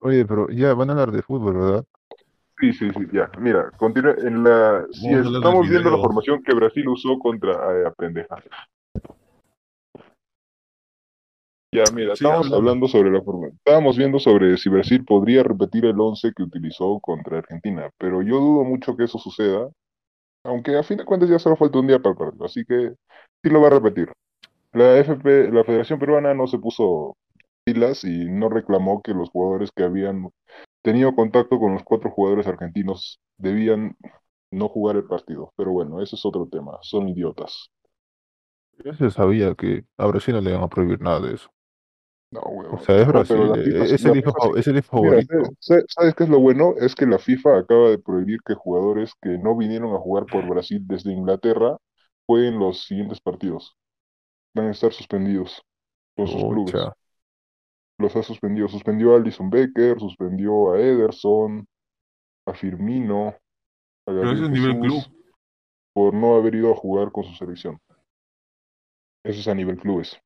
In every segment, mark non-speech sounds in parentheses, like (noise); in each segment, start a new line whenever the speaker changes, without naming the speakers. Oye, pero ya van a hablar de fútbol, ¿verdad?
Sí, sí, sí, ya. Mira, continúa en la. Si
Vamos a hablar del
estamos viendo la
video.
formación que Brasil usó contra eh, a pendeja. Ya, mira,
Sí,
estábamos
habla.
hablando sobre la formación. Estábamos viendo sobre si Brasil podría repetir el 11 que utilizó contra Argentina, pero yo dudo mucho que eso suceda, aunque a fin de cuentas ya solo falta un día para el partido, así que sí lo va a repetir. La FP, la Federación Peruana no se puso pilas y no reclamó que los jugadores que habían tenido contacto con los cuatro jugadores argentinos debían no jugar el partido. Pero bueno, ese es otro tema. Son idiotas.
Yo se sabía que a Brasil no le iban a prohibir nada de eso.
No, huevón.
O sea, es
No,
Brasil,
pero la
eh,
FIFA
es,
la
el hijo,
FIFA sí.
fa- es el hijo
Mira,
favorito.
¿sabes- ¿sabes sabes qué es lo bueno? Es que la FIFA acaba de prohibir que jugadores que no vinieron a jugar por Brasil desde Inglaterra jueguen los siguientes partidos. Van a estar suspendidos con sus clubes.
Pucha.
los ha suspendido. Suspendió a Alison Becker, suspendió a Ederson, a Firmino, a
Pero
Gabriel
ese es nivel club.
Jesús, por no haber ido a jugar con su selección. Eso es a nivel clubes.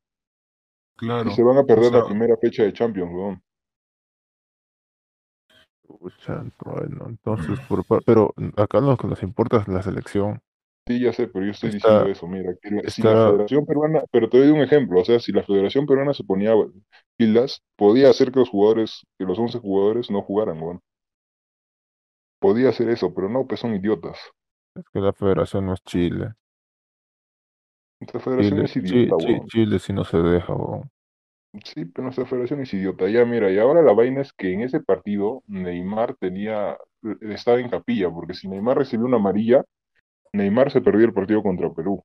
Claro.
Y se van a perder
o sea-
la primera fecha de Champions, weón.
Pucha, bueno, entonces,
(clears throat)
por par- pero acá lo que nos importa es la selección.
Sí, ya sé, pero yo estoy
Está-
diciendo eso. Mira, que la- si la
está-
Federación Peruana, pero te doy un ejemplo, o sea, si la Federación Peruana se ponía pilas, podía hacer que los jugadores, que los 11 jugadores no jugaran, weón. Podía hacer eso, pero no, pues son idiotas.
Es que la federación no es Chile.
Esta
Chile,
federación es
Chi-
idiota,
Chi-
weón.
Chile sí no se deja, weón.
Sí, pero nuestra federación es idiota. Ya, mira, y ahora la vaina es que en ese partido Neymar tenía, eh, estaba en capilla, porque si Neymar recibió una amarilla, Neymar se perdió el partido contra Perú,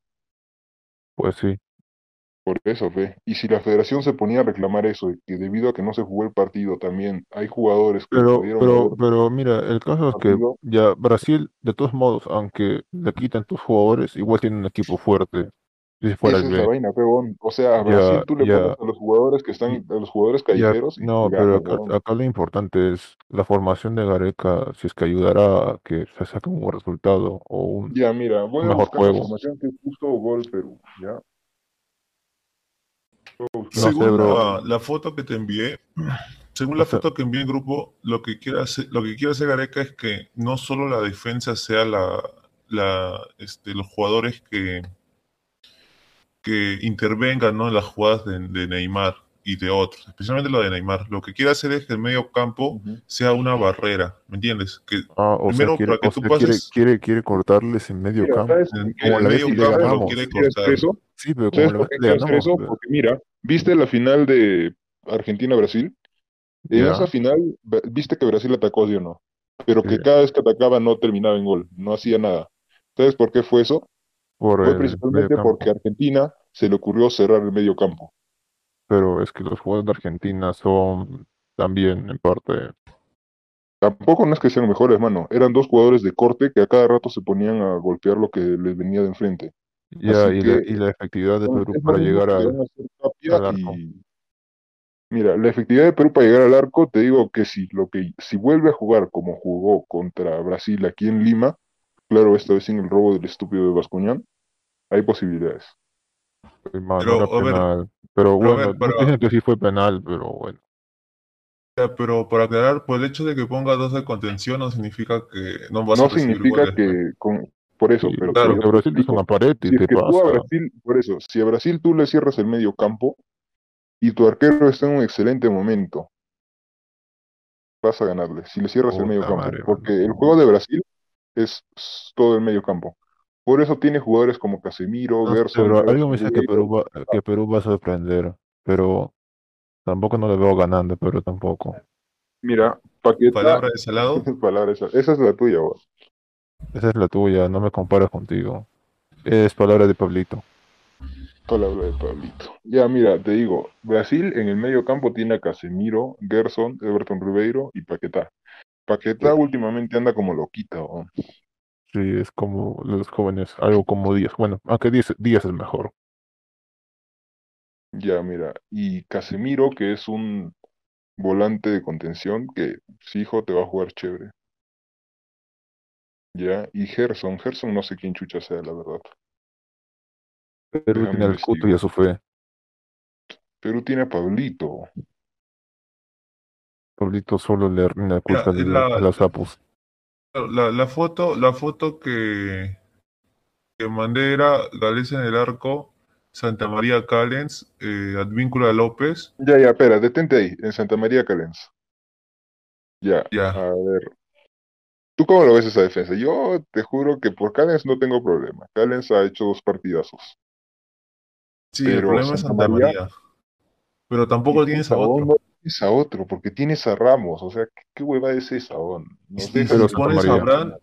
Pues sí.
por eso fue. Y si la federación se ponía a reclamar eso, y que debido a que no se jugó el partido también, hay jugadores que
Pero,
pudieron
pero,
haber-
pero mira, el caso es que
partido.
ya Brasil, de todos modos, aunque le quitan tus jugadores, igual tiene un equipo fuerte. Si fuera
Esa
el
es la
B.
vaina, peón. O sea, a
Ya,
Brasil tú le
ya.
pones a los jugadores que están, a los jugadores
Ya,
callejeros y
no,
gana,
pero acá,
weón.
acá lo importante es la formación de Gareca, si es que ayudará a que se saque un buen resultado o un...
Ya, mira, voy a
Mejor
buscar la
juego.
formación que justo gol Perú, ¿ya? Voy a buscar.
sé,
según
bro.
la, la foto que te envié, (clears throat) según la
O sea-
foto que envié en grupo, lo que quiere hacer, lo que quiere hacer Gareca es que no solo la defensa sea la, la este, los jugadores que, que intervengan ¿no? en las jugadas de, de Neymar y de otros, especialmente lo de Neymar. Lo que quiere hacer es que el medio
Oh,
campo
Ujú.
sea una barrera, ¿me entiendes? Que
Ah, o sea,
primero
quiere,
para que
o
tú
sea, quiere,
pases
quiere, quiere cortarles en medio
Mira,
campo.
¿sabes
en,
por
en
qué?
Como
el
la vez
medio
que le
campo, lo
ganamos.
quiere
¿Quieres
cortar.
eso?
Sí, pero Pues, como
¿Sabes
la
por
vez
qué
que le
quieres
ganamos, eh,
eso?
pe.
Porque mira, ¿viste la final de Argentina-Brasil? En
Ya,
esa final, Bra- viste que Brasil atacó, ¿sí o no? Pero
sí,
que cada vez que atacaba no terminaba en gol, no hacía nada. ¿Sabes por qué fue eso?
por el
Fue
Pues, medio
principalmente porque
campo.
a Argentina se le ocurrió cerrar el medio campo.
Pero es que los jugadores de Argentina son también, en parte,
Tampoco no es que sean mejores, mano. Eran dos jugadores de corte que a cada rato se ponían a golpear lo que les venía de enfrente.
ya,
Así
y la,
que
y la efectividad de Perú
es lo
para
mismo
llegar
que le
al,
van a hacer Tapia
al arco.
y, Mira, la efectividad de Perú para llegar al arco, te digo que si lo que si vuelve a jugar como jugó contra Brasil aquí en Lima, claro, esta vez sin el robo del estúpido de Bascuñán, hay posibilidades.
Ay, man, no
Pero,
era
a ver,
penal. Pero
pero a
bueno,
ver, para,
muchos dicen que sí fue penal, pero bueno.
Ya, pero para aclarar, por el hecho de que ponga dos de contención no significa que no vas a
No
recibir
significa
goles.
que con por eso,
Sí,
pero que
claro.
yo
porque
te
Brasil es
explico,
una pared y
si es
te
que tú a
pasa.
Brasil, por eso, si a Brasil tú le cierras el medio campo y tu arquero está en un excelente momento, vas a ganarle, si le cierras el medio
Puta
campo,
madre, mano.
porque el juego de Brasil es s- todo el medio campo. Por eso tiene jugadores como Casemiro,
No sé,
Gerson,
pero algo
Everton
me dice que Perú
Ribeiro,
va, que Perú va a sorprender, pero tampoco no le veo ganando, pero tampoco.
Mira, Paqueta,
Palabra de salado.
(laughs) palabra esa, esa es la tuya, vos.
Esa es la tuya, no me compares contigo. Es palabra de Pablito.
Palabra de Pablito. Ya, mira, te digo, Brasil en el medio campo tiene a Casemiro, Gerson, Everton Ribeiro y Paquetá.
Sí,
Paquetá últimamente anda como loquita, weón.
Sí, es como los jóvenes, algo como Díaz. Bueno, aunque Díaz, Díaz es mejor.
Ya, mira, y Casemiro, que es un volante de contención, que sí, hijo, te va a jugar chévere. Ya, y Gerson, Gerson no sé quién chucha sea, la verdad.
Perú
Déjame
tiene al Cuto y
investigar.
a su fe.
Perú tiene a Pablito.
Pablito solo le arruina la cuesta
Mira,
de
la-
a los sapos.
La, la foto, la foto que, que mandé era Galeza en el arco, Santa María Callens, eh, Advíncula López,
Ya, ya, espera, detente ahí, en Santa María Calens. Ya,
ya.
a ver. ¿Tú cómo lo ves esa defensa? Yo te juro que por Calens no tengo problema. Calens ha hecho dos partidazos.
Sí, el
pero
problema es
Santa
Santa
María-
María. Pero tampoco tienes a otro.
No tienes a otro, porque tienes a Ramos. O sea, ¿qué, qué hueva es esa, don? Nos
Y
dejas
pero
si
sin-
Santa
pones a
María.
Bran,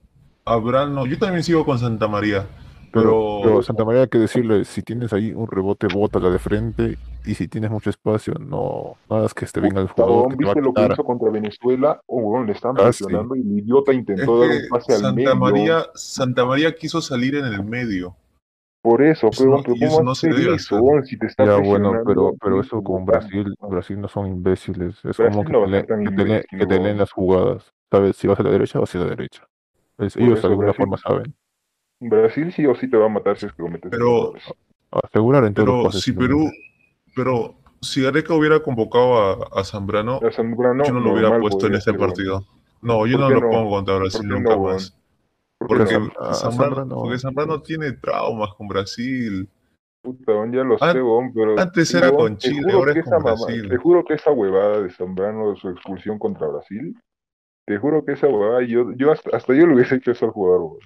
a Bran no. Yo también sigo con Santa María.
Pero,
pero-
pero Santa María hay que decirle, si tienes ahí un rebote, bótala de frente. Y si tienes mucho espacio, no, no hagas que te venga el jugador
Huevón,
que te va a
¿viste lo que
quitar.
hizo contra Venezuela? Oh, huevón, le están
Ah, sí.
presionando y el idiota
Es
intentó dar
que (laughs)
un pase al
Santa
medio.
María, Santa María quiso salir en el medio.
Por eso,
Eso
pero,
pues, no-
pero
y eso
¿cómo
no se
hacer
debe
eso,
hacer.
huevón, si te está
Ya bueno, pero,
presionando?
pero eso con Brasil,
Ah.
Brasil no son imbéciles. Es
Brasil
como que
no va
te,
a
leen,
ser tan
que te leen-
imbécil,
que te leen
huevón.
las jugadas. Sabes, si vas a la derecha, vas a la derecha. Es-
Por
ellos
eso
de alguna
Brasil-
forma saben.
Brasil sí o sí te va a matar si es que cometes
Pero-
errores.
Asegurar en todos los
Pero
pases.
si Perú, pero si Gareca hubiera convocado a, a Zambrano,
A Zambrano,
yo no lo hubiera
normal
puesto en
podría
este
ser, huevón.
partido. No, yo
¿Por
no
qué
lo
no?
pongo contra
¿Por
Brasil
qué
nunca
no,
más.
¿Por qué
Pero
Porque
no?
Zam- a-
Zambrano,
Zambrano-
porque Zambrano tiene traumas con Brasil.
Puta, huevón, ya lo
An-
sé, huevón, pero
Ah, Antes
sí,
era
huevón,
con
te
Chile,
juro
ahora
que
es
esa
con
mamá-
Brasil.
te juro que esa huevada de Zambrano, de su expulsión contra Brasil, te juro que esa huevada, yo, yo hasta, hasta yo le hubiese hecho eso al jugador, huevón.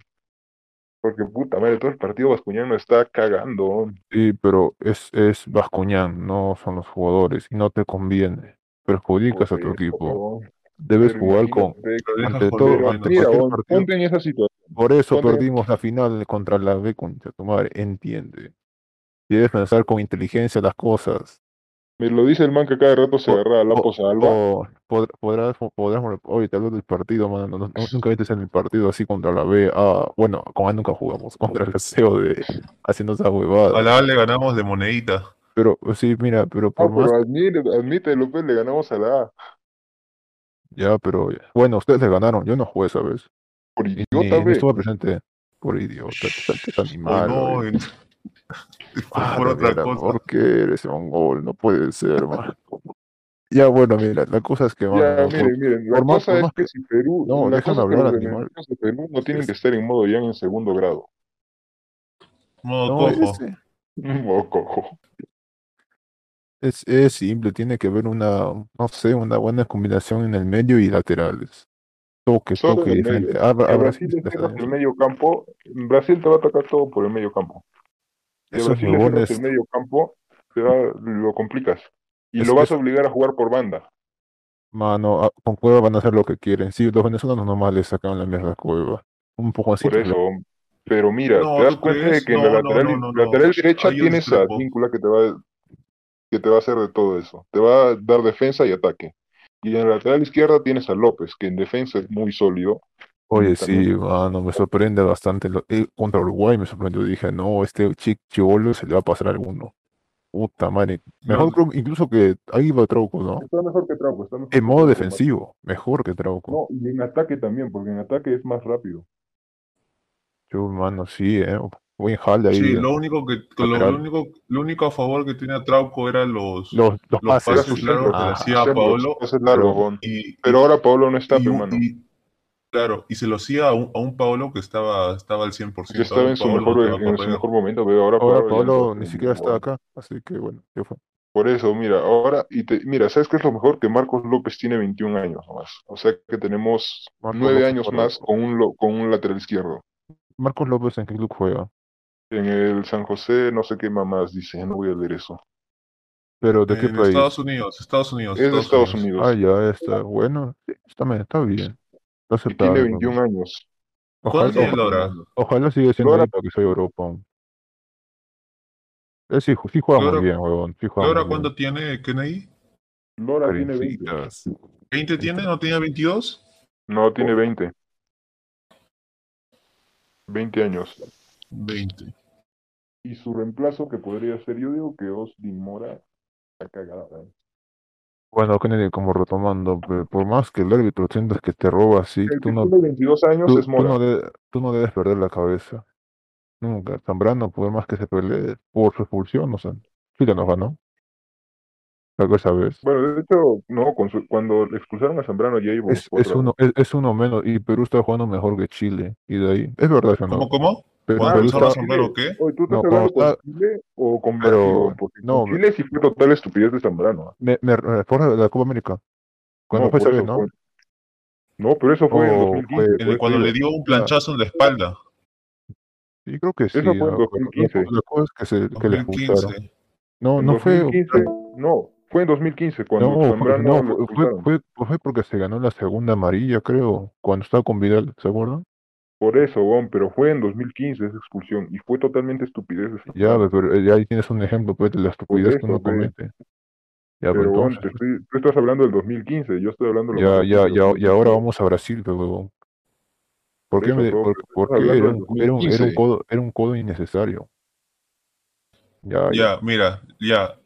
Porque puta madre, todo el partido Bascuñán no está cagando, huevón.
Sí, pero es, es Bascuñán, no son los jugadores. Y no te conviene. Perjudicas a
Por
tu
eso,
equipo.
huevón.
Debes
Pero
jugar con.
imagínate,
Lo deja
Ante
joder,
todo,
pero
ante
mira,
bueno.
cualquier
huevón,
partido.
ponte en esa situación.
Por eso
Ponte-
perdimos la final contra la B, contra tu madre. Entiende. Debes pensar con inteligencia las cosas.
Me lo dice el man que cada rato se
O-
agarra a la
o-
Salva.
O pod- podrás, podrás, oye, te hablo del partido, mano. no- no- nunca viste en el partido así contra la B. Ah, bueno, como nunca jugamos (laughs) contra el CEO de haciendo esa
A
huevada.
la A le ganamos de monedita.
Pero pues sí, mira, pero
Ah,
por más,
pero admite, admite, López, le ganamos a la A.
ya, pero bueno, ustedes le ganaron. Yo no jugué, ¿sabes?
Por
Ni,
idiota,
ni
ve.
estuve presente. Por idiota, te- te- animal.
o no, (laughs)
oye.
(laughs)
en- fue
Ah,
por
la
otra
mierda,
cosa.
¿por qué eres un gol? No puede ser, man. Ya, bueno, mira, la cosa es que,
Ya,
mano, por-
miren, miren, la
por más-
cosa
por
es
más
que
que-
si Perú,
No,
la
dejan
cosa es que
hablar,
los
animal.
defensores de Perú no tienen
Es-
que estar en modo ya en
(laughs)
segundo grado.
Modo
no,
cojo.
ese-
Modo Oh, cojo.
Es, es simple, tiene que haber una, no sé, una buena combinación en el medio y laterales. Toque,
Solo
toque,
en el
diferente.
medio.
Abra,
Si a
abra
Brasil
filas
le cierras el
adentro.
medio campo, Brasil te va a atacar todo por el medio campo. Si a
Esos
Brasil le cierras el
huevones,
medio campo, te va- lo complicas. Y
Es
lo
que
vas a
es-
obligar a jugar por banda.
mano, a- con Cueva van a hacer lo que quieren. Sí, los venezolanos nomás le sacaron la mierda a Cueva. Un poco así,
Por
pero
eso, pero mira,
No,
te das
¿tú
cuenta de
crees?
que en la
No, no,
lateral,
no, no, no.
lateral derecha
Ahí yo
tienes a
discrepo.
Advíncula que te va que te va a hacer de todo eso. Te va a dar defensa y ataque. Y en la lateral izquierda tienes a López, que en defensa es muy sólido.
Oye,
también-
sí, mano, me sorprende bastante. lo- eh, contra Uruguay me sorprendió. Dije, no, este chic chivolo se le va a pasar a alguno. Puta madre. Mejor creo, incluso que ahí va Trauco, ¿no?
Está mejor que Trauco, está mejor
En
que
modo
Trauco,
defensivo, mejor que Trauco.
No, y en ataque también, porque en ataque es más rápido.
Yo, mano, sí, eh. Buen jale ahí.
Sí,
eh.
lo único que lo,
Lateral.
lo único lo único a favor que tenía Trauco era los
Los, los
los
pases.
Era
pases ah,
sus
largos
centros,
que le
Ajá.
hacía a
centros,
Paolo
pases largos,
Ah, Pero-
Gon.
y,
Pero ahora Paolo no está,
y-
pe,
y-
mano.
y- claro, y se lo hacía a un, a un Paolo que estaba estaba al 100%,
Yo estaba
ahora
en su
Paolo no
mejor,
te va a
en, su
correr.
mejor momento, pero ahora
Ahora
Paolo ya no
Pablo
está
ni
en
siquiera está
ningún-
acá, así que bueno, ya fue.
Por eso, mira, ahora, y te, mira, ¿sabes qué es lo mejor? Que Marcos López tiene 21 años más. O sea que tenemos
Marcos
nueve
López,
años
por
más
favor.
con un, lo- con un lateral izquierdo.
Marcos López, ¿en qué club juega?
En el San José, no sé qué mamás dice, no voy a leer eso.
¿Pero de qué
En
país?
Estados Unidos, Estados Unidos,
Es de Estados Unidos
Ah, ya está. Bueno, sí, está bien, está bien. Está
y tiene
aceptable.
21 años.
Ojalá,
¿Cuánto tiene
ojalá,
Lora?
ojalá siga siendo
Lora-
ahí para que soy Europa. aún. Él sí, ju- sí juega muy
Lora-
bien, huevón. Sí juega
¿Lora
muy bien.
cuánto tiene Kennedy?
Lora Ah, tiene 20.
Carifitas.
¿20 tiene? ¿No tenía 22?
No, tiene 20. 20 años.
20.
Y su reemplazo que podría ser, yo digo que Osdi Mora está cagada. ¿eh?
Bueno, Kennedy, como retomando, pe- por más que el árbitro sientas que te roba así,
El
tú
que
no,
tiene 22 años
tú,
es
tú
Mora.
no de- tú no debes perder la cabeza. Nunca. Zambrano, por más que se pelee por su expulsión, o sea, Chile nos ganó. La cosa ves.
Bueno, de hecho, no, con su- cuando le expulsaron a Zambrano ya iba
Es, es uno, es, es uno menos y Perú está jugando mejor que Chile. Y de ahí. Es verdad eso, ¿no?
¿Cómo, cómo?
Pero
Cuando
Perú
expulsaron a
está-
Zambrano, ¿qué?
Oye, ¿tú estás
No,
hablando con
cuando
Chile o con
Pero-
Brasil? Porque
no,
con Chile sí fue total estupidez de Zambrano. ¿ah?
Me, me, me recuerda la Copa América. Cuando
No,
fue
por
esa vez,
eso
¿no?
fue- No, pero eso fue en
No,
2015.
fue-
por
El de
eso
cuando
digo.
le dio un planchazo en la espalda.
Sí, creo que sí.
fue en
¿no?
2015.
La cosa es que, se, que le expulsaron.
2015.
No,
En
no fue.
2015, no, fue en 2015 cuando
No, fue-
Zambrano
no,
lo
fue- fue,
expulsaron.
fue- fue porque se ganó la segunda amarilla, creo, cuando estaba con Vidal, ¿se acuerdan?
Por eso, weón, pero fue en 2015 esa expulsión y fue totalmente estupidez. de Zambrano.
Ya, ve, pero eh, ya ahí tienes un ejemplo pues, de la estupidez que
eso,
uno
ve.
comete. Ya, pero
pero weón, te
entonces,
estoy- tú estás hablando del 2015, yo estoy hablando de lo
ya,
más
ya,
reciente,
ya, y ahora
2015.
vamos a Brasil, pero huevón. ¿Por qué
eso,
me-
pero
por-
estás
por qué
hablando
era
del
un, era un- era un
2015.
codo, era un codo innecesario? Ya, ya.
Ya, mira, ya.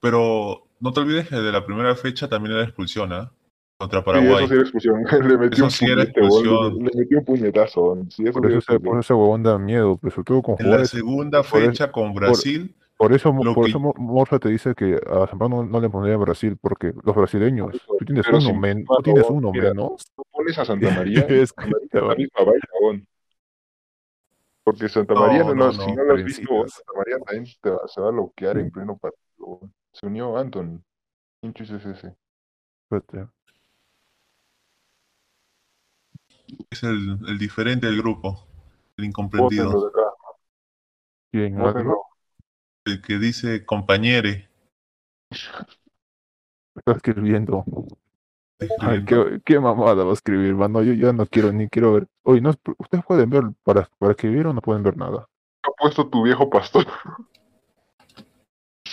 Pero no te olvides que de la primera fecha también era expulsión, ¿ah? Contra
Sí,
Paraguay.
eso sí era expulsión. (laughs) Le metió
Eso
un
sí era
puñete, weón,
expulsión.
Le, le metió un puñetazo. weón. Sí, eso
Por
sí era
eso, se- por eso
expulsión.
ese huevón da miedo, pero sobre todo con
En la
jugadores.
segunda
por eso-
fecha con Brasil,
Por eso, Mo-
Lo
por
que-
eso Mo- Morza te dice que a Zambrano no le pondría a Brasil, porque los brasileños, tú tienes
Pero
uno,
sin
men-
embargo,
tú tienes
weón,
uno
mira,
menos.
Tú pones
(laughs)
a Santa María
(laughs)
y
Es
Santa María
que,
es la misma vaina, weón. Porque Santa
No,
María, no,
no,
si
no,
no lo has visto,
Karencitas.
Santa María también te va- se va a bloquear en pleno partido. weón. Se unió Anthony. ¿Quién chucha es ese?
espérate.
es el, el diferente del grupo, el
Bótenlo
incomprendido,
de acá,
¿Quién?
bótenlo.
el que dice compañere.
Está escribiendo. Ay,
escribiendo.
qué, qué mamada va a escribir, mano. Yo ya no quiero ni quiero ver. Oye, no, es- ustedes pueden ver para, para escribir o no pueden ver nada.
Ha puesto tu viejo
(laughs)
pastor.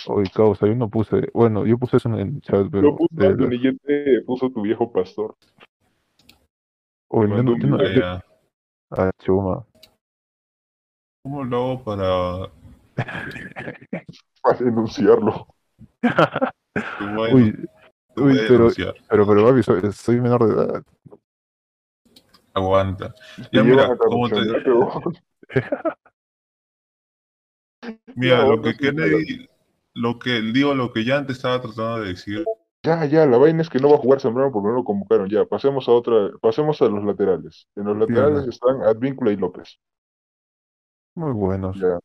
Oye, causa, yo no puse. Bueno, yo puse eso en el chat, pero.
Lo puso
de-
Anthony y este puso tu viejo pastor.
oye, yo no- yo no-
mandó
Ah,
yo-
ya.
ah, chuma.
¿Cómo lo hago para...?
Para denunciarlo.
Te voy a
Uy,
te voy
uy,
a
pero-
denunciar.
pero, pero, papi, soy, soy menor de edad.
Aguanta.
Te
Ya,
llevan
mira,
a
como
corrupción, ya,
te-
pero-
mira,
No,
lo
no
que
sé, pero-
Kennedy, lo que digo, lo que ya antes estaba tratando de decir,
Ya, ya, la vaina es que no va a jugar Zambrano porque no lo convocaron. Ya, pasemos a otra, pasemos a los laterales. En los
Entiendo.
laterales están Advíncula y López.
Muy buenos.
Ya.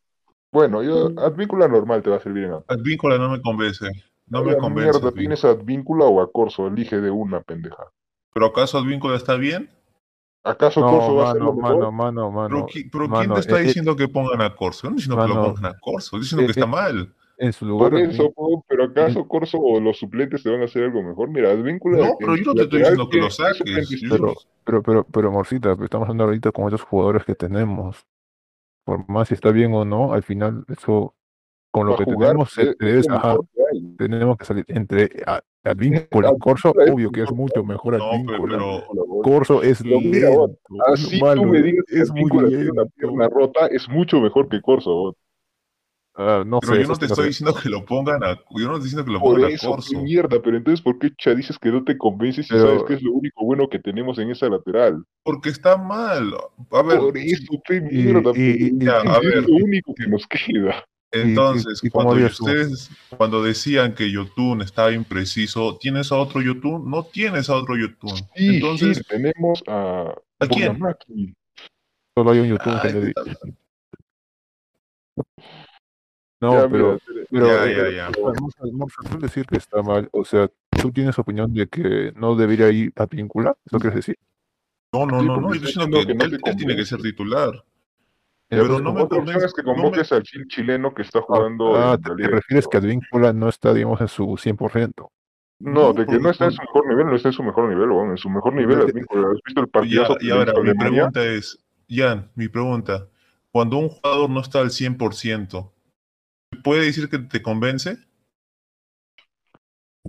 Bueno, yo,
Mm.
Advíncula normal te va a servir en algo.
Advíncula no me convence, no me
La
convence.
mierda,
Advíncula.
¿tienes a Advíncula o a Corso? Elige de una, pendeja.
¿Pero acaso Advíncula está bien?
¿Acaso
No,
Corso va a ser
mano,
lo mejor?
mano, mano, mano.
¿Pero, qui- pero
mano,
quién te está
eh, eh,
diciendo que pongan a Corso? Yo no estoy diciendo que lo
mano,
pongan a Corso, estoy diciendo
eh,
que está
eh,
mal.
En su lugar,
Por eso,
Advín-
po, pero ¿acaso Corso o los suplentes te van a hacer algo mejor? Mira, Advíncula.
No, pero
en
yo no te estoy
lateral
diciendo que lo
tiene-
saques,
suplentes
yo-
pero,
tuyos.
pero, pero, pero, Morcita, pero estamos hablando ahorita con estos jugadores que tenemos. Por más si está bien o no, al final, eso, con lo
Va a
que
jugar,
tenemos,
es,
eh,
es
es,
lo
ajá,
mejor que hay.
tenemos que salir entre a-
(laughs)
Advíncula,
Advíncula
Corso,
es
obvio que es
mejor.
mucho mejor
No, pe-
Advíncula.
pero
Corso es
Pero mira,
lento,
vos,
(laughs) es lo
Así tú
malo,
Ah, me digas que
es muy
Advíncula tiene una pierna
lento.
rota, es mucho mejor que Corso. vos.
Ah, no
Pero
sé,
yo
eso
no te
sí no
estoy
sé.
diciendo que lo pongan a, yo no estoy diciendo que lo
Por
pongan a
eso, qué
Corso.
mierda, pero entonces ¿por qué cha dices que no te convences si
Pero-
sabes que es lo único bueno que tenemos en esa lateral?
Porque está mal. A ver,
Por eso, qué
Y-
mierda,
y- y-
pero
Ya, a
es
ver.
lo único que nos queda.
entonces,
y- y como
cuando
dirías tú.
ustedes, cuando decían que Yotun estaba impreciso, ¿tienes a otro Yotun? No tienes a otro Yotun.
Y
Entonces,
Gil, tenemos a
¿a quién?
Bonamaki.
Solo hay un YouTube
Ah,
que le
este
di-
está-
No,
Ya,
pero,
mira, te-
pero,
Ya,
eh,
ya,
pero,
ya.
pero, vamos a- vamos a decir que está mal. O sea, tú tienes opinión de que no debería ir a Advíncula, ¿eso quieres decir?
No, no,
Sí,
no,
porque
no.
está
Yo estoy diciendo
diciendo
que
que no
él,
te
él tiene que ser
convence.
titular.
Ya,
Pero
pues,
no
como-
me
Otra opción
convence.
es que
No me,
convoques al Gil chileno que está jugando
ah,
en
te,
la
te
Liga.
refieres que Advíncula no está, digamos, en su 100%.
No, de que
porque
(laughs)
no está en
con-
su mejor nivel, no está en su mejor nivel, weón. En su mejor nivel,
Ya,
Advíncula. ¿Has visto el
Ya,
partidazo que
y
le
ahora,
hizo a
mi
Alemania?
pregunta es, Jan, mi pregunta, cuando un jugador no está al 100%, ¿se ¿puede decir que te convence?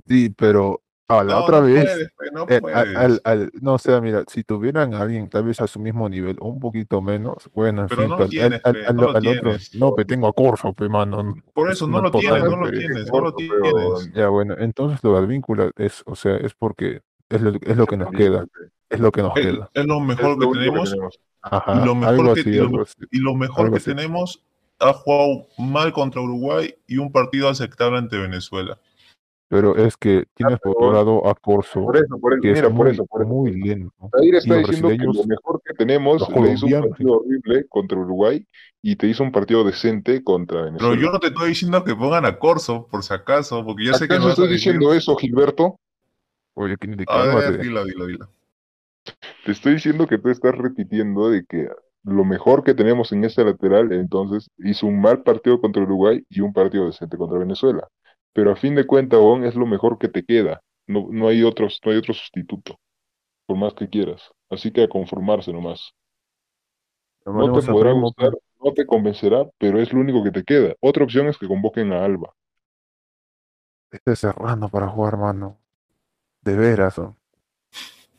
Sí, pero a la
No,
otra
no
vez,
puedes, pe, no
eh, al, al-
puedes.
al- no, o sea, mira, si tuvieran a alguien tal vez a su mismo nivel o un poquito menos, bueno, en
Pero
fin,
no lo
pero al,
tienes,
al-
pe,
al-
no lo
al otro,
tienes.
no, pero tengo a Corso, pe, mano,
Por
es
eso no
una
lo tienes,
total,
no lo
pe.
tienes, no lo
Corto, pero
tienes.
Ya, bueno, entonces lo de Advíncula es, o sea, es porque es lo, es lo que nos queda, es lo que nos
Es,
queda.
es lo
Es
mejor que
lo único que
tenemos
tenemos.
Ajá,
y Pues, lo
algo
mejor que,
así,
y
algo
lo,
así,
y lo mejor
algo
que
así.
tenemos ha jugado mal contra Uruguay y un partido aceptable ante Venezuela.
Pero es que tienes
pero-
por otro lado a Corso,
Por eso, por eso,
que es
mira, por
muy,
eso, por eso.
muy lento.
Zaire
Y
está
los
diciendo que lo
brasileños,
mejor que tenemos
los
le hizo un
colombianos.
partido horrible contra Uruguay y te hizo un partido decente contra Venezuela.
Pero yo no te estoy diciendo que pongan a Corso, por si acaso, porque yo sé que me
¿Acaso
vas a
estás
decir-
diciendo eso, Gilberto?
Oye, que ni te
A ver,
cálmate.
dila, dila, dila.
Te estoy diciendo que tú estás repitiendo de que lo mejor que tenemos en este lateral, entonces, hizo un mal partido contra Uruguay y un partido decente contra Venezuela. Pero a fin de cuentas, Bon, es lo mejor que te queda. No, no hay otros, no hay otro sustituto, por más que quieras. Así que a conformarse nomás. No te
Llamaremos a
podrá
Primo,
gustar, no te convencerá, pero es lo único que te queda. Otra opción es que convoquen a Alba.
Este Serrano para jugar, mano. De veras, oh.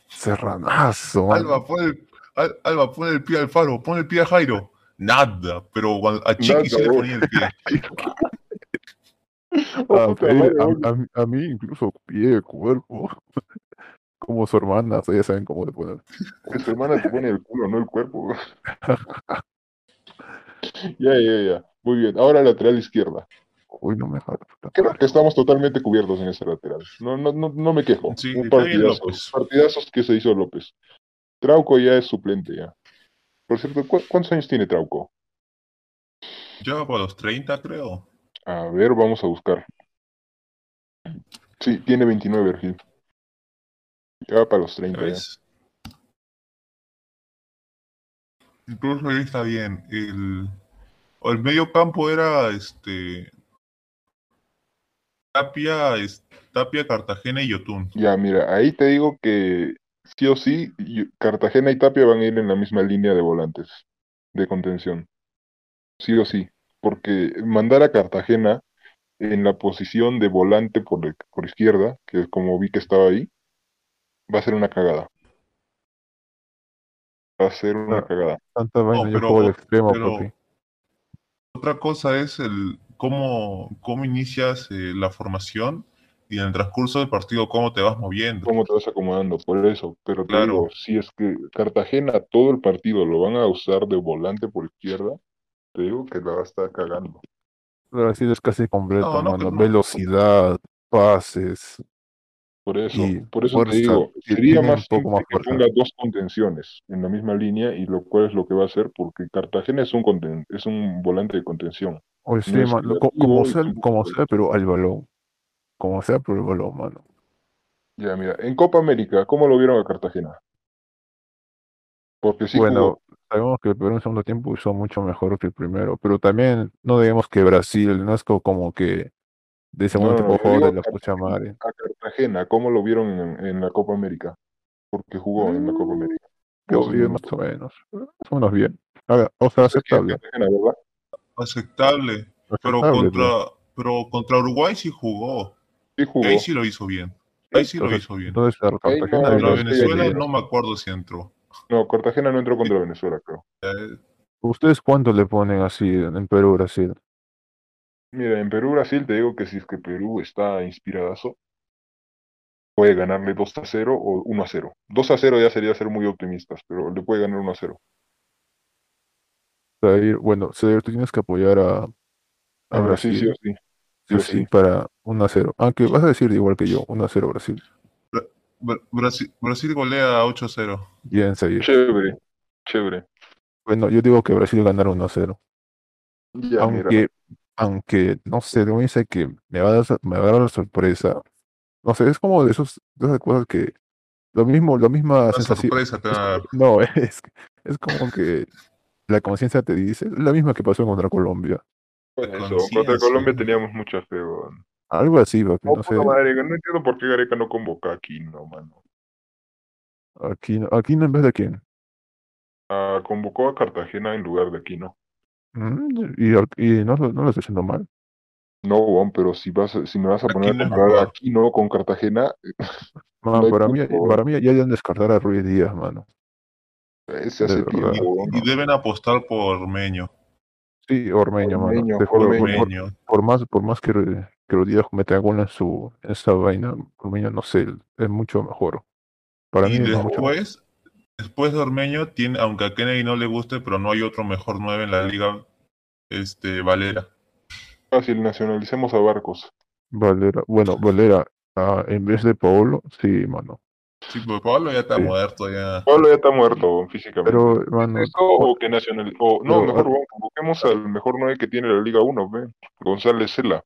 Serranazo, mano.
Alba, pon el, Al- Alba, pon el pie al faro, pon el pie a Jairo. Nada, pero a Chiqui sí
Nada,
le
bro.
ponía el pie.
Ah,
Puta
eh,
madre,
(laughs) a,
Bon.
a mí- a mí incluso pie, cuerpo. (laughs) Como su hermana, ellas saben cómo le ponen.
Tu hermana te pone el culo, no el cuerpo.
(laughs)
Ya, ya, ya. Muy bien. Ahora lateral izquierda.
Uy, no me jodas, puta
Creo
madre.
que estamos totalmente cubiertos en ese lateral. No, no, no, no me quejo.
Sí,
Un
está bien
partidazo.
López.
Partidazos que se hizo López. Trauco ya es suplente ya. Por cierto, ¿cu- ¿cuántos años tiene Trauco?
Ya para los 30, creo.
A ver, vamos a buscar. Sí, tiene 29, Virgil. Ya va para los 30 ya.
¿Ves? Incluso ahí está bien. El, o el medio campo era este Tapia, es- Tapia, Cartagena y Yotun.
Ya, mira, ahí te digo que sí o sí, y- Cartagena y Tapia van a ir en la misma línea de volantes de contención. Sí o sí, porque mandar a Cartagena en la posición de volante por, el- por izquierda, que es como vi que estaba ahí, va a ser una cagada. Va a ser una
Claro.
cagada.
Tanta vaina, yo
pero-
juego de extremo,
pero-
papi.
Otra cosa es el cómo, cómo inicias eh, la formación y en el transcurso del partido cómo te vas moviendo.
¿Cómo te vas acomodando? Por eso, pero te
Claro.
digo, si es que Cartagena todo el partido lo van a usar de volante por izquierda, te digo que la va a estar cagando.
Brasil es casi completo,
No, no,
mano.
pues,
pero no.
Velocidad, pases.
Por eso,
y
por eso
fuerza,
te digo,
que
sería
tiene un
más
poco
simple
más
que
fuerza.
ponga dos contenciones en la misma línea y lo cual es lo que va a hacer porque Cartagena es un conten- es un volante de contención.
Oye, sí,
No es
mano, co-
creativo
como
y
sea,
tampoco
como
es-
sea, pero al balón. Como sea, pero al balón, mano.
Ya, mira, en Copa América, ¿cómo lo vieron a Cartagena? Porque sí
Bueno,
jugó.
sabemos que el Perú en segundo tiempo hizo mucho mejor que el primero, pero también no digamos que Brasil, no es co- como que de segundo
No, no,
tiempo
yo
juego de
digo
la
que-
pucha madre.
a Cartagena, ¿cómo lo vieron en, en la Copa América? Porque jugó en la Copa América.
Yo vi más o menos, más o menos bien. A ver, o sea, aceptable.
Cartagena, ¿verdad?
Aceptable, pero
aceptable, pero-
contra pero contra Uruguay sí jugó.
Sí pues. jugó.
Ahí sí lo hizo bien. Ahí sí lo
Entonces-
hizo bien.
Entonces, a Cartagena
no,
le
no,
Contra
dio-
sí,
Venezuela
sí.
no me acuerdo si entró.
No, Cartagena no entró contra Venezuela, creo.
Eh,
¿Ustedes cuánto le ponen así en Perú, Brasil?
Mira, en Perú, Brasil, te digo que si es que Perú está inspiradazo, puede ganarle 2 a 0 o 1 a 0. 2 a 0 ya sería ser muy optimistas, pero le puede ganar 1 a 0.
Zair, bueno, Zair, tú tienes que apoyar a, a
A Brasil, sí o sí.
sí o
sí.
sí, para 1 a 0. Aunque vas a decir igual que yo, 1 a 0 Brasil.
Bra- Brasil, Brasil golea 8-0.
Bien, Zair.
Chévere, chévere.
Bueno, yo digo que Brasil ganará 1 a 0.
Ya, mira.
Aunque, aunque, no sé, me dice que me va a dar, sor- me va a dar la sorpresa. No sé, es como de esos, de esas cosas que, lo mismo, la misma
Una
sensación.
sorpresa te va a dar.
(laughs) No, es, es como que la conciencia te dice, es la misma que pasó contra Colombia.
Con eso,
conciencia.
contra Colombia teníamos mucha fe, weón.
Algo así, papi,
No,
no sé.
puta madre, no entiendo por qué Gareca no convoca aquí, no, mano.
Aquí, aquí no en vez de quién.
Ah, convocó a Cartagena en lugar de aquí, no.
Mm, Y, Ar- y no, lo- no lo estoy haciendo mal.
No, weón, pero si vas, a- si me vas a poner a
Aquino es
comparar
mejor.
a Aquino con Cartagena,
Man,
No hay
para mí,
punto.
para mí ya deben descartar a Ruiz Díaz, mano.
eh, se
De
hace
verdad.
tiempo, weón.
Y deben apostar por Ormeño.
Sí, Ormeño, mano.
Ormeño,
Te juro, por-
Ormeño.
por,
Ormeño.
por más, por más que, Ru- que Ruiz Díaz meta gol en su en esa vaina, Ormeño no sé, es mucho mejor. Para mí
Y
es mucho mejor.
después, después de Ormeño, tiene, aunque a Kennedy no le guste, pero no hay otro mejor 9 en la liga, este, Valera.
Fácil, nacionalicemos a Barcos.
Valera, bueno, Valera, ah, en vez de Paolo, sí, mano.
Sí, porque Pablo ya está
Sí.
muerto, ya.
Pablo ya está muerto físicamente.
Pero, mano,
Eso o que nacional o-
Pero-
no,
ah,
mejor vamos, convoquemos al mejor 9 que tiene la Liga 1, ve, González Cela.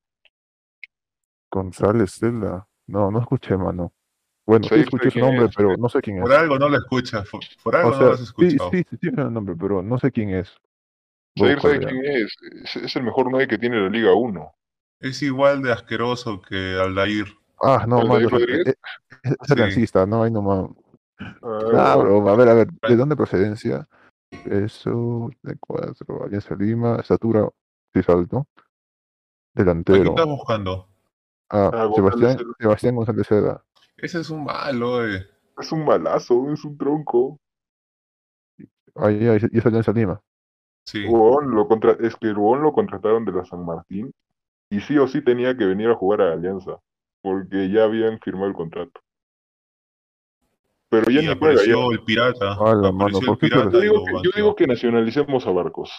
González Cela. No, no escuché, mano. Bueno, sí
Sí,
escuché
sé
su
quién
nombre,
es,
pero
sí.
no sé quién es.
eh, Por algo no lo escuchas, por, por algo
O
no lo
sea,
has
sí,
escuchado.
sí, sí tiene el nombre, pero no sé quién es. Voy a
Zaire sabe
buscarlo ya.
quién es? es, es el mejor 9 que tiene la Liga 1.
Es igual de asqueroso que Aldair.
Ah, no,
¿El
mano,
David
es-
Rodríguez?
es, es- es aliancista, no hay nomás.
Ah,
Ah, broma. A ver, a ver, ¿de
Vale.
dónde procedencia? Eso, de cuatro, Alianza Lima, estatura, sí, salto,
¿A quién
delantero.
estás buscando?
Ah,
Ah, González
Sebastián,
Cela.
Sebastián González Cela.
Ese es un malo, eh.
es un balazo, es un tronco.
Ahí, ahí, y es Alianza Lima.
Sí.
Huevón, lo contra- es que el huevón lo contrataron de la San Martín y sí o sí tenía que venir a jugar a Alianza porque ya habían firmado el contrato. Pero ya ni
Y
juega. ya.
apareció el pirata.
A Ah, la
apareció
mano,
el
¿por qué
pirata
pero-
Yo
y
digo,
lo
que, yo
banqueó.
digo que nacionalicemos a Barcos.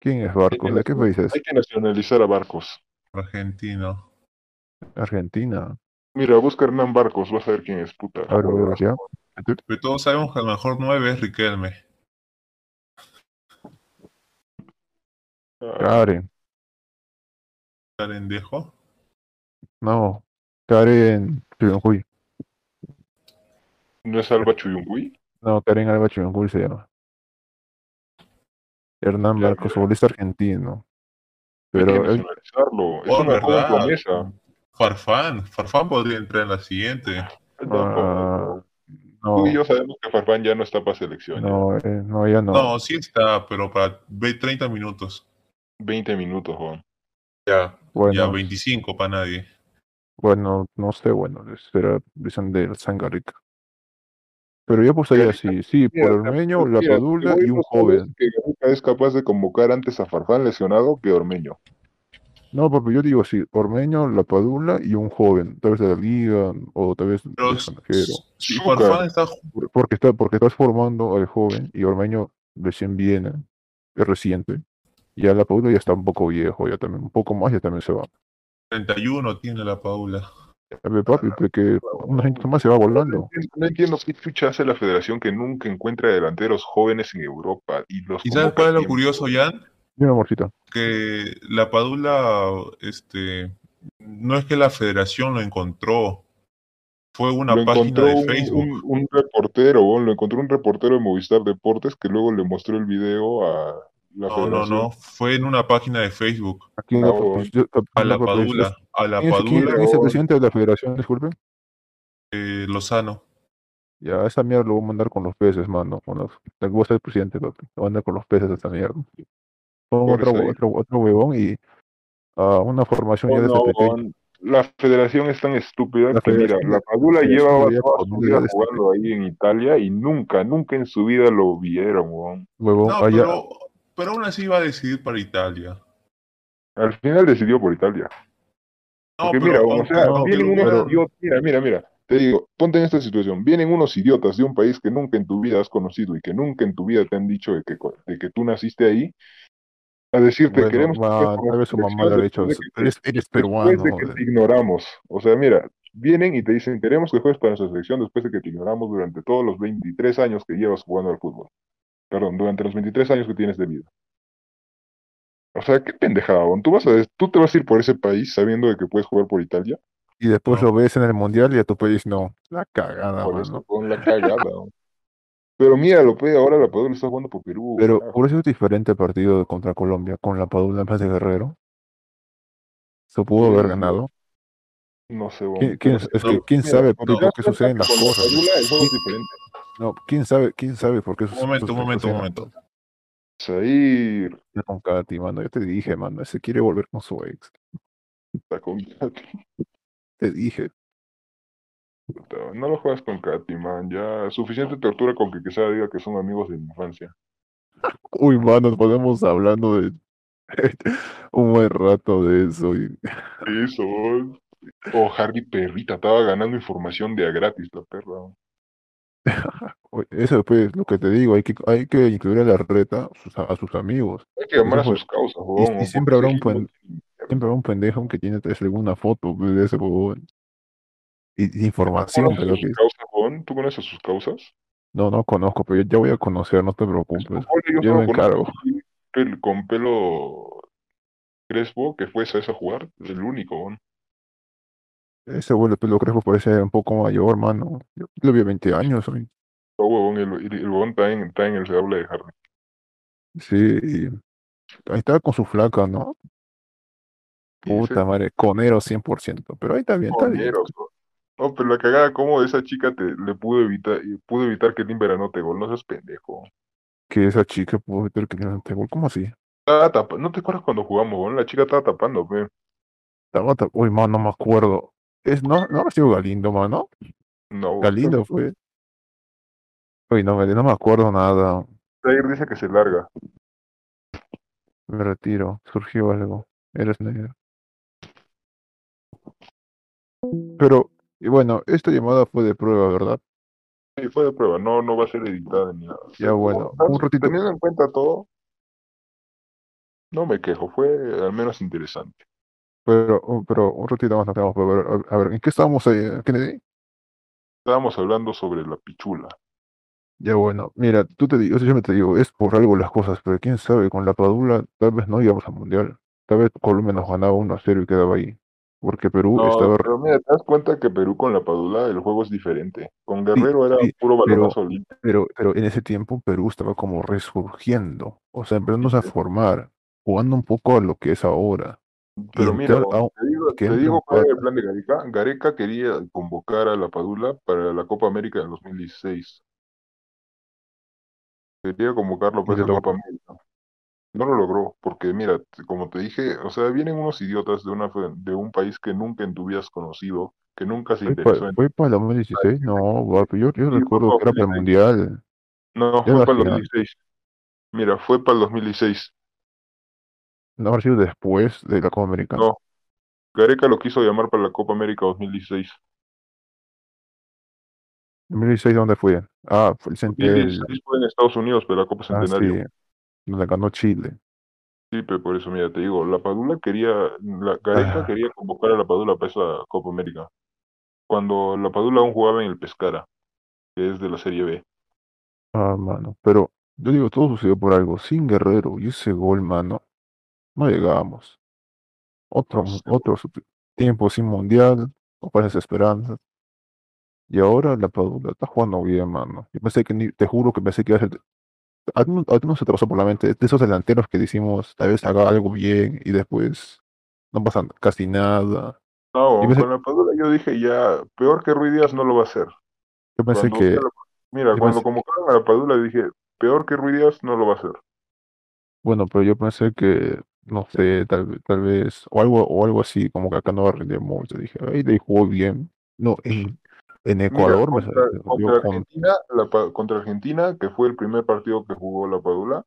¿Quién es Barcos? ¿De qué país es?
Hay que nacionalizar a Barcos.
Argentino.
Argentina.
Mira, busca Hernán Barcos, vas a ver quién es, puta.
A ver, voy a ver ya.
Pero todos sabemos que el mejor 9 es Riquelme.
Ah,
Karen.
Carendejo.
No. Karen Chuyuncuy.
¿No es Alba Chuyungui?
No, Karen Alba Chuyuncuy se llama. Hernán
Ya,
Barcos,
mira.
futbolista argentino.
Hay que
Pero Ah, él,
nacionalizarlo. Es
Oh,
una joven
¿verdad?
promesa.
Farfán. Farfán podría entrar en la siguiente.
Ah,
Tú y
no,
yo sabemos que Farfán ya no está para selección. ya.
no, eh, no, ya no.
No, sí está, pero para ve- 30 minutos.
20 minutos, Juan.
Ya. Ya,
Bueno,
25 para nadie.
bueno, no sé, bueno, será dicen del Sangarica. Pero yo apostaría sí, sí,
Mira,
por Ormeño, la
Mira,
Padula
te voy
y un
a mostrar este
joven.
Que Gareca es capaz de convocar antes a Farfán lesionado que Ormeño.
No, papi, yo digo sí, Ormeño, la Padula y un joven, tal vez de la liga o tal vez
Pero
del extranjero.
s- si
Azúcar.
Farfán está
Por- Porque está, porque estás formando al joven y Ormeño recién viene, es reciente. Ya la Padula ya está un poco viejo, ya también, un poco más, ya también se va.
31, tiene la Paula.
A ver, papi, porque una gente más se va volando.
No entiendo qué chucha hace la federación que nunca encuentra delanteros jóvenes en Europa y los
¿Y sabes
convoca
cuál es lo
siempre.
curioso, Jan?
Dime, amorcito.
que la Padula, este, no es que la federación lo encontró, fue una
Lo
página
encontró
de
un,
Facebook.
un- un reportero, weón, lo encontró un reportero de Movistar Deportes que luego le mostró el video a la
no, no,
federación.
no, fue en una página de Facebook,
Aquí en
Ah,
la
bueno.
pues, yo-
a la
no, pues, es-
Padula, a la
¿Quién es, quién
Padula
es el
Pero-
presidente de la federación? Disculpen.
eh, Lozano.
Ya, esa mierda lo voy a mandar con los peces, mano. Con los... la que voy a ser presidente, papi. Lo voy a mandar con los peces esta mierda. Pongo
Pobre
otro,
Said.
otro, otro huevón y ah, una formación ya
Oh, No,
desde
no,
pequeño.
weón, la federación es tan estúpida
La
que mira,
federación-
la Padula
la
llevaba
federación este
toda
ya
su vida
ponía
jugando ahí en Italia y nunca, nunca en su vida lo vieron, weón.
Huevón, Ah,
oh,
No,
allá.
pero, pero aún así va a decidir para Italia.
Al final decidió por Italia.
No,
Porque
pero
mira, o
aunque-
sea,
aunque
vienen
lo
unos
hubieran-
idiotas, mira, mira, mira, te digo, ponte en esta situación, vienen unos idiotas de un país que nunca en tu vida has conocido y que nunca en tu vida te han dicho de que, co- de que tú naciste ahí, a decirte,
Bueno,
queremos que
man,
estés con
tal vez su
la
mamá le ha dicho,
selección después de que te-
eres, eres
después
peruano.
de que te ignoramos. O sea, mira, vienen y te dicen, queremos que juegues para nuestra selección después de que te ignoramos durante todos los 23 años que llevas jugando al fútbol. Perdón, durante los 23 años que tienes de vida. O sea, qué pendejada, weón. ¿Tú, vas a, tú te vas a ir por ese país sabiendo de que puedes jugar por Italia.
Y después
No.
lo ves en el mundial y a tu país no. La cagada,
Por
mano.
eso, con la cagada. weón. Pero mira, lo pe- ahora la Padula está jugando por Perú.
Pero
carajo.
por eso es diferente el partido contra Colombia con la Padula en vez de Guerrero. Se pudo haber
Sí.
ganado.
no sé, weón.
¿Quién, quién-
Pero-
es
no,
que, ¿quién
mira,
sabe
no.
por por qué suceden las
con la
cosas?
Padula el juego es diferente.
No, ¿quién sabe, quién sabe por qué sus-
Un momento,
sus-
un momento, un
suceden las
momento.
cosas?
Sair,
Ya Con Katy, mano, yo te dije, mano, se quiere volver con su ex.
está con-
Te dije.
Puta, No lo juegas con Katy, man. Ya, suficiente tortura con que Quesada diga que son amigos de mi infancia.
Uy, mano, podemos hablando de (laughs) un buen rato de eso. y-
Eso. O Harvey Perrita estaba ganando información de a gratis, la perra.
Uy, Eso después, lo que te digo, hay que, hay que incluir a la reta a sus, a sus amigos.
Hay que llamar a
Eso fue-
sus causas,
y-
weón.
y siempre habrá un puen- siempre va un pendejo que tiene tres alguna foto pues, de ese huevón. Y, y información de
¿Conoces
lo
a
que
sus
es.
causas, Juan? ¿Tú conoces sus causas?
No, no conozco, pero yo ya voy a conocer, no te preocupes.
Supongo yo
Pues, yo
no
me
lo
encargo.
conozco. El con pelo crespo que fue Saez a jugar, el único, Juan.
Ese pues, huevón de pelo crespo parece un poco mayor, mano. Yo lo vi a 20 años hoy.
Oh, huevón, el, el, el huevón está en, está en el sable de Harley.
Sí, y ahí está con su flaca, ¿no?
Y ese
Puta madre, conero 100%, pero ahí está bien, está bien.
coneros, ¿no? No, pero la cagada, ¿cómo esa chica te, le pudo evitar, y pudo evitar que Tim Verano te gol? No seas pendejo.
Que esa chica pudo meter que no te gol, ¿cómo así?
Estaba tapa- ¿No te acuerdas cuando jugamos, Juan? La chica estaba tapando, pe.
Estaba tap- Uy, man, no me acuerdo. Es, no, no ha sido Galindo, mano.
No, Juan.
Galindo fue. Uy, no me, no me acuerdo nada.
Tiger dice que se larga.
Me retiro. Surgió algo. Eres negro. Pero, y bueno, esta llamada fue de prueba, ¿verdad?
Sí, fue de prueba, no, no va a ser editada ni nada.
Ya bueno,
Como
un
tal,
ratito.
Teniendo en cuenta todo, no me quejo, fue al menos interesante.
Pero, oh, pero un ratito más nos tenemos para ver. A ver, ¿en qué estábamos ahí, Kennedy?
Estábamos hablando sobre la pichula.
Ya bueno, mira, tú te digo, yo siempre te digo, es por algo las cosas, pero quién sabe, con la Padula tal vez no íbamos al mundial. Tal vez Colombia nos ganaba 1 a 0 y quedaba ahí. Porque Perú
No,
estaba.
pero mira, te das cuenta que Perú con la Padula el juego es diferente. Con Guerrero era
sí,
puro
pero-
balonazo limpio.
Pero, pero en ese tiempo Perú estaba como resurgiendo, o sea, empezándose a formar, jugando un poco a lo que es ahora. ah,
Pero mira,
entrar a un-
te digo,
que
te
entre
digo
un
cuál era el
cuadro.
plan de Gareca. Gareca quería convocar a la Padula para la Copa América del 2016. Quería convocarlo para
Y
esa
lo-
Copa América. No lo logró, porque mira, t- como te dije, o sea, vienen unos idiotas de, una, fe- de un país que nunca en tu vida has conocido, que nunca se
¿Fue para,
interesó en...
fue para el 2016? No, guapo, yo, yo
fue
recuerdo
para
que era para el
2016.
mundial.
No,
Ya
fue
la
para el
final.
2016. Mira, fue para el 2016.
No habrá sido después de la Copa Americana.
No. Gareca lo quiso llamar para la Copa América 2016.
2016 dónde fue? Ah, fue el Centel.
2016 fue en Estados Unidos, pero la Copa
Ah,
Centenario.
sí, donde ganó Chile.
Sí, pero por eso, mira, te digo, la Padula quería, la Gareca
Ah.
quería convocar a la Padula para esa Copa América, cuando la Padula aún jugaba en el Pescara, que es de la Serie B.
Ah, mano. Pero yo digo, todo sucedió por algo. Sin Guerrero y ese gol, mano, no llegábamos. Otro,
No
mu-
sé.
otro su- tiempo sin mundial, con falsas esperanzas. Y ahora la Padula está jugando bien, mano. Yo pensé que ni, te juro que pensé que iba a ser. A ti no a ti no se te pasó por la mente de esos delanteros que decimos, tal vez haga algo bien y después no pasa casi nada.
No,
Yo pensé-
con la Padula yo dije ya, peor que Ruiz Díaz no lo va a hacer.
Yo pensé
Cuando-
que,
mira,
yo
cuando
pensé-
convocaron a la Padula dije, peor que Ruiz Díaz no lo va a hacer.
bueno, pero yo pensé que, no sé, tal, ve- tal vez, o algo, o algo así, como que acá no va a rendir mucho. Dije, ahí le jugó bien. No, en, en
Mira,
Ecuador me
contra,
salió
contra
con-
Argentina, la Pa- contra Argentina, que fue el primer partido que jugó la Padula.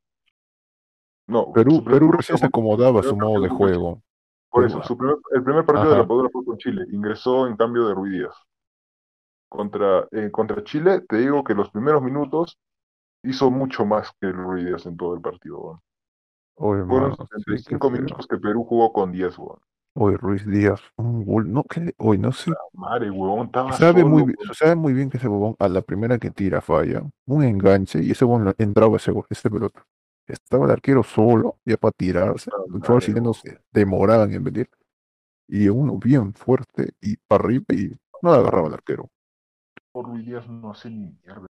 No,
Perú,
su primer
Perú
partido
recién se
fue-
acomodaba a
fue
su modo de
campeón.
juego.
Por
Perú,
eso, su primer- el primer partido de
Ajá.
la Padula fue con Chile. Ingresó en cambio de Ruiz Díaz. Contra, eh, contra Chile, te digo que los primeros minutos hizo mucho más que Ruiz Díaz en todo el partido. weón.
Oye,
Fueron
mano, sí, qué
75
feo.
minutos que Perú jugó con 10, weón.
Oye, Ruiz Díaz, un gol. No, que le- oye, no sé.
Madre, weón, estaba
Sabe
Ah, solo,
muy bien,
weón.
sabe muy bien que ese bobón a la primera que tira falla. Un enganche y ese bobón lo- entraba ese, gol- ese pelota. Estaba el arquero solo, ya para tirarse.
Ah,
Los
madre,
jugadores chilenos se demoraban en venir. Y uno bien fuerte y para arriba y no la agarraba el arquero.
Por Ruiz Díaz no hace ni mierda.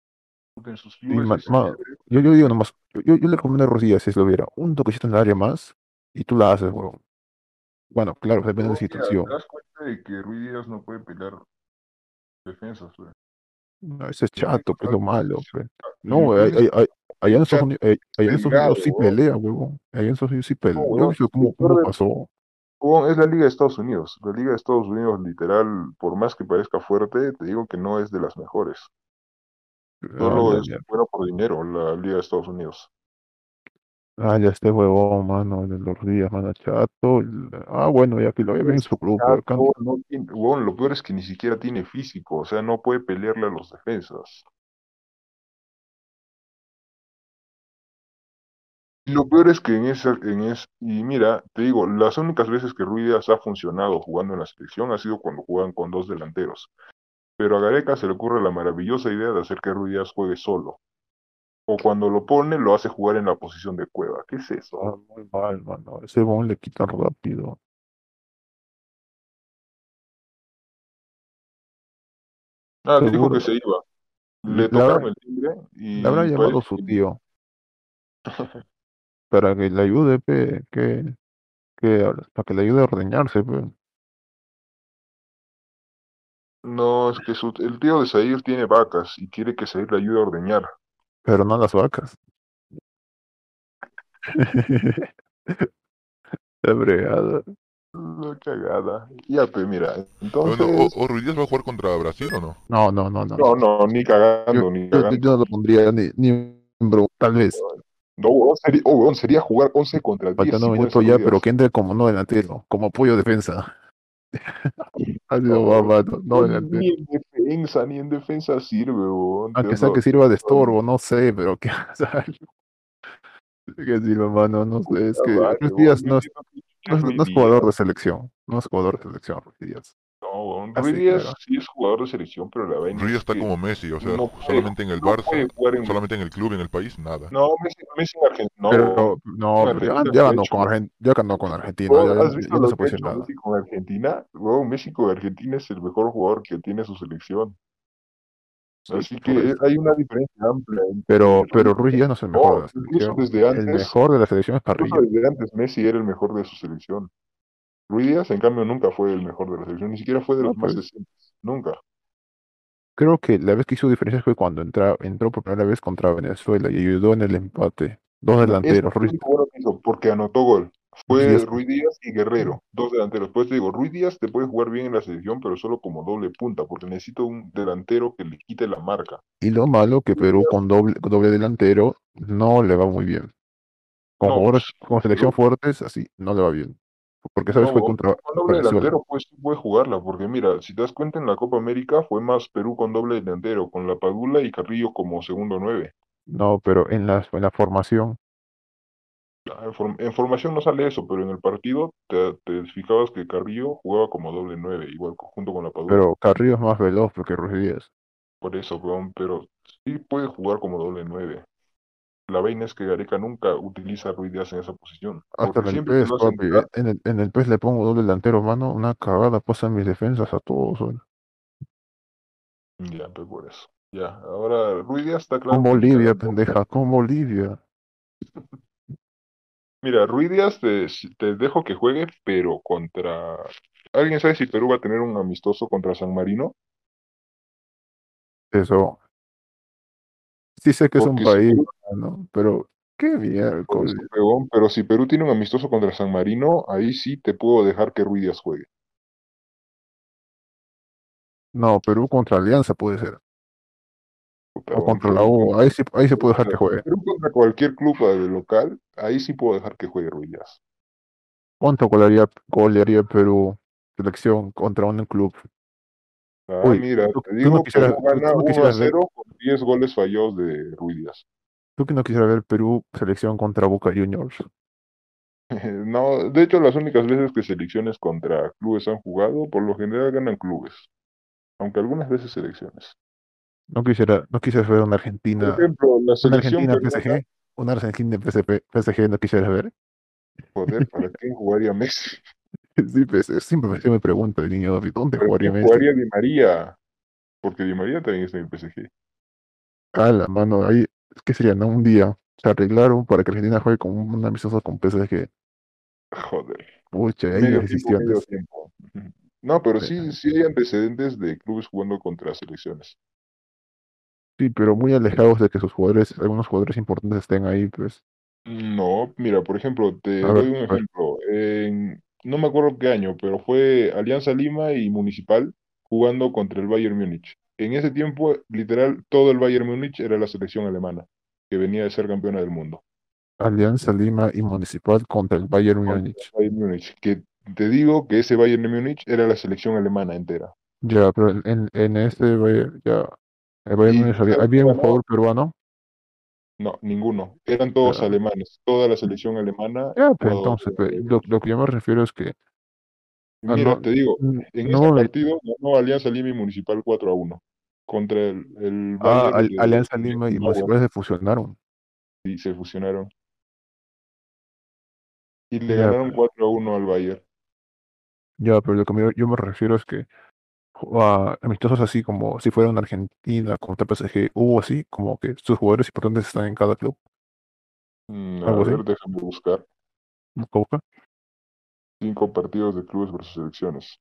En sus
Y
clubes
ma-
es-
ma- yo, yo digo nomás, yo, yo- yo le recomiendo a Rodríguez si lo viera, un toquecito en el área más y tú la haces, huevón. Bueno, claro, depende de
Pero,
la
mira,
situación.
te das cuenta de que Ruiz Díaz no puede pelear defensas, weón.
No, ese es chato, pues lo malo, pues. No,
Filipinas
ay- ay- ay- allá en Estados
chato,
Unidos, ay- allá en Estados Unidos sí
delgado, weón.
pelea, huevón. Allá en Estados Unidos sí pelea. Yo he
weón,
visto cómo,
lo peor
cómo
de-
pasó.
Huevón, Oh, es la Liga de Estados Unidos. La Liga de Estados Unidos, literal, por más que parezca fuerte, te digo que no es de las mejores.
Ah,
Solo
ya,
es
ya.
bueno por dinero la Liga de Estados Unidos.
Ah, ya este huevón, mano, de los días, mano, chato. el- Ah, bueno, ya que lo ve bien en su club,
Pues, Chato,
pero acá no.
no tiene- huevón, lo peor es que ni siquiera tiene físico, o sea, no puede pelearle a los defensas. Lo peor es que en esa, en es, y mira, te digo, las únicas veces que Ruidas ha funcionado jugando en la selección ha sido cuando juegan con dos delanteros. Pero a Gareca se le ocurre la maravillosa idea de hacer que Ruidas juegue solo. O cuando lo pone, lo hace jugar en la posición de Cueva. ¿Qué es eso?
Ah, muy mal, mano. Ese bon le quita rápido.
Ah, le dijo
Seguro.
que se iba. Le
La-
tocaron el timbre y
Le habrá
parece
llamado
que-
su
(laughs)
tío para que le ayude, pe, que, que, para que le ayude a ordeñarse, pues. pe.
No, es que su, el tío de Zair tiene vacas y quiere que Zair le ayude a ordeñar.
Pero no a las vacas. (laughs) La bregada.
La cagada. Ya, pues mira,
Bueno,
entonces...
o, o Ruiz va a jugar contra Brasil o no?
No, no, no, no.
No, no, ni cagando,
Yo,
ni
yo-
cagando.
yo no lo pondría ni, ni en bro- tal vez.
No, huevón, sería, oh, huevón, sería jugar 11 contra 10.
Faltando
si pones
minutos ya,
corridas.
pero que entre como no delantero, como apoyo defensa. (laughs) Ha sido
No,
bárbaro, no delantero.
Ni en defensa, ni en defensa sirve, huevón.
Aunque
Dios
sea Ah,
lo-
que sirva de estorbo, no sé, pero que (laughs) haga algo. Que sirva, mano, no sé. Es que
Vale,
Ruiz
huevón,
Díaz
yo
no es,
entiendo que
no es-
Ruiz
no es
Díaz-
jugador de selección. No es jugador de selección, Ruiz Díaz.
No, huevón,
Así,
Ruiz Díaz
Ah, claro.
sí es jugador de selección, pero la vaina
Ruiz
es
está
que
como Messi, o sea,
no puede-
solamente en el
no puede
Barça,
jugar en-
solamente en el club, en el país, nada.
No, Messi, Messi en Argentina. No,
Pero no, pero ya, ya
Argentina lo ha
ganó
hecho.
con Argen- ya ganó con Argentina,
huevón,
ya,
¿has
ya
visto
no
lo
se
que
puede
ha
decir
hecho
nada.
Messi con Argentina? Huevón, Messi con Argentina es el mejor jugador que tiene su selección.
Sí,
Así
por
que
eso.
hay una diferencia amplia entre
Pero, pero Ruiz Díaz no es el mejor de
No,
la
incluso
selección.
desde
El
antes,
mejor de la selección es Carrillo.
incluso desde antes Messi era el mejor de su selección. Ruiz Díaz, en cambio, nunca fue el mejor de la selección, ni siquiera fue de
No,
los más
pues.
decentes, nunca.
Creo que la vez que hizo diferencia fue cuando entra, entró por primera vez contra Venezuela y ayudó en el empate. Dos delanteros,
Es lo
Ruiz.
único bueno que hizo, porque anotó gol. Fue
Ruiz Díaz.
Ruiz Díaz y Guerrero, dos delanteros. Pues te digo, Ruiz Díaz te puede jugar bien en la selección, pero solo como doble punta, porque necesito un delantero que le quite la marca.
Y lo malo que Perú con doble, con doble delantero no le va muy bien. Con
No,
jugadores,
pues,
con selección fuertes, así no le va bien. Porque esa vez
No,
fue
o-
contra
Con doble
Venezuela.
delantero, pues sí puede jugarla, porque mira, si te das cuenta en la Copa América fue más Perú con doble delantero, con la Padula y Carrillo como segundo nueve.
No, pero en la, en la formación,
En, form- en formación no sale eso, pero en el partido te, te fijabas que Carrillo jugaba como doble nueve, igual co- junto con la Padula.
pero Carrillo es más veloz porque Ruiz Díaz.
Por eso, weón, pero sí puede jugar como doble nueve. La vaina es que Gareca nunca utiliza a Ruiz Díaz en esa posición.
Hasta en
Porque
el
siempre que
PES,
lo hacen
papi. eh,
entrar,
En el, en el PES le pongo doble delantero, mano. Una cagada, pasan mis defensas a todos. weón.
ya, pues por eso. Ya, ahora Ruiz Díaz está claro.
Con
que-
Bolivia, pendeja, con Bolivia.
Mira, Ruiz Díaz te, te dejo que juegue, pero contra... ¿Alguien sabe si Perú va a tener un amistoso contra San Marino?
Eso. Sí sé que es un
Porque si Pues,
país, pues.
Perú-
mano, pero qué
Por
miércoles.
eso, huevón, pero si Perú tiene un amistoso contra San Marino, ahí sí te puedo dejar que Ruiz Díaz juegue.
No, Perú contra Alianza puede ser.
Puta,
O
huevón,
contra la
Perú
U. Ahí sí, ahí se puede dejar que
contra-
juegue.
Perú contra cualquier club eh, de local, ahí sí puedo dejar que juegue Ruiz Díaz.
¿Cuánto golearía, golearía Perú selección contra un club?
Ah,
Uy,
mira,
tú-
te
tú no
digo,
quisieras-
Perú gana
tú no
1 a
quisieras ver-
0 con 10 goles fallos de Ruiz Díaz.
¿Tú que no quisieras ver Perú selección contra Boca Juniors?
(laughs) No, de hecho, las únicas veces que selecciones contra clubes han jugado, por lo general ganan clubes. Aunque algunas veces selecciones.
No quisiera, no quisieras ver una
Por
Argentina,
ejemplo, la
una
selección
Pues Argentina
peruana,
PSG, una Argentina PSP, PSG no quisieras ver. (laughs) ¿eh?
joder, ¿para qué jugaría Messi?
Sí, pues, siempre me- yo me pregunto el niño, ¿dónde (laughs)
Pero
jugaría
¿quién
Messi?
jugaría Di María? Porque Di María también está en el PSG.
A Ah, la mano, ahí, ¿qué sería? No, un día se arreglaron para que Argentina juegue con un amistoso con PSG.
Joder.
Pucha, ahí
Medio
las
tiempo, medio
decisiones.
tiempo. No, pero sí,
Bueno.
sí hay antecedentes de clubes jugando contra selecciones.
Sí, pero muy alejados de que sus jugadores, algunos jugadores importantes estén ahí, pues.
No, mira, por ejemplo, te
A ver,
doy un
a ver.
ejemplo. En- no me acuerdo qué año, pero fue Alianza Lima y Municipal jugando contra el Bayern Múnich. En ese tiempo, literal, todo el Bayern Múnich era la selección alemana, que venía de ser campeona del mundo.
Alianza Lima y Municipal contra el Bayern
Contra el
Múnich.
Bayern Múnich, que te digo que ese Bayern Múnich era la selección alemana entera.
Ya, pero en, en este Bayern, ya, el Bayern
Y
Múnich había,
¿sabes
había un
cómo?
jugador peruano,
No, ninguno. Eran todos
Claro.
alemanes. Toda la selección alemana.
Ya, pues,
Todo,
entonces,
todo.
pues, lo, lo que yo me refiero es que Ah,
Mira,
no,
te digo,
n-
en
no
ese
me-
partido ganó Alianza Lima y Municipal 4 a 1 contra el, el
ah,
Bayern
Al-
de-
Alianza
de
Lima y
Chihuahua,
Municipales se fusionaron.
y se fusionaron. Y le
Ya,
ganaron 4 a 1 al Bayern.
Ya, pero lo que me- yo me refiero es que ju- a amistosos así como si fueran Argentina contra PSG o así, como que sus jugadores importantes están en cada club.
Mm, a
Algo así.
ver, déjame buscar.
¿Busca, busca?
Cinco partidos de clubes versus selecciones.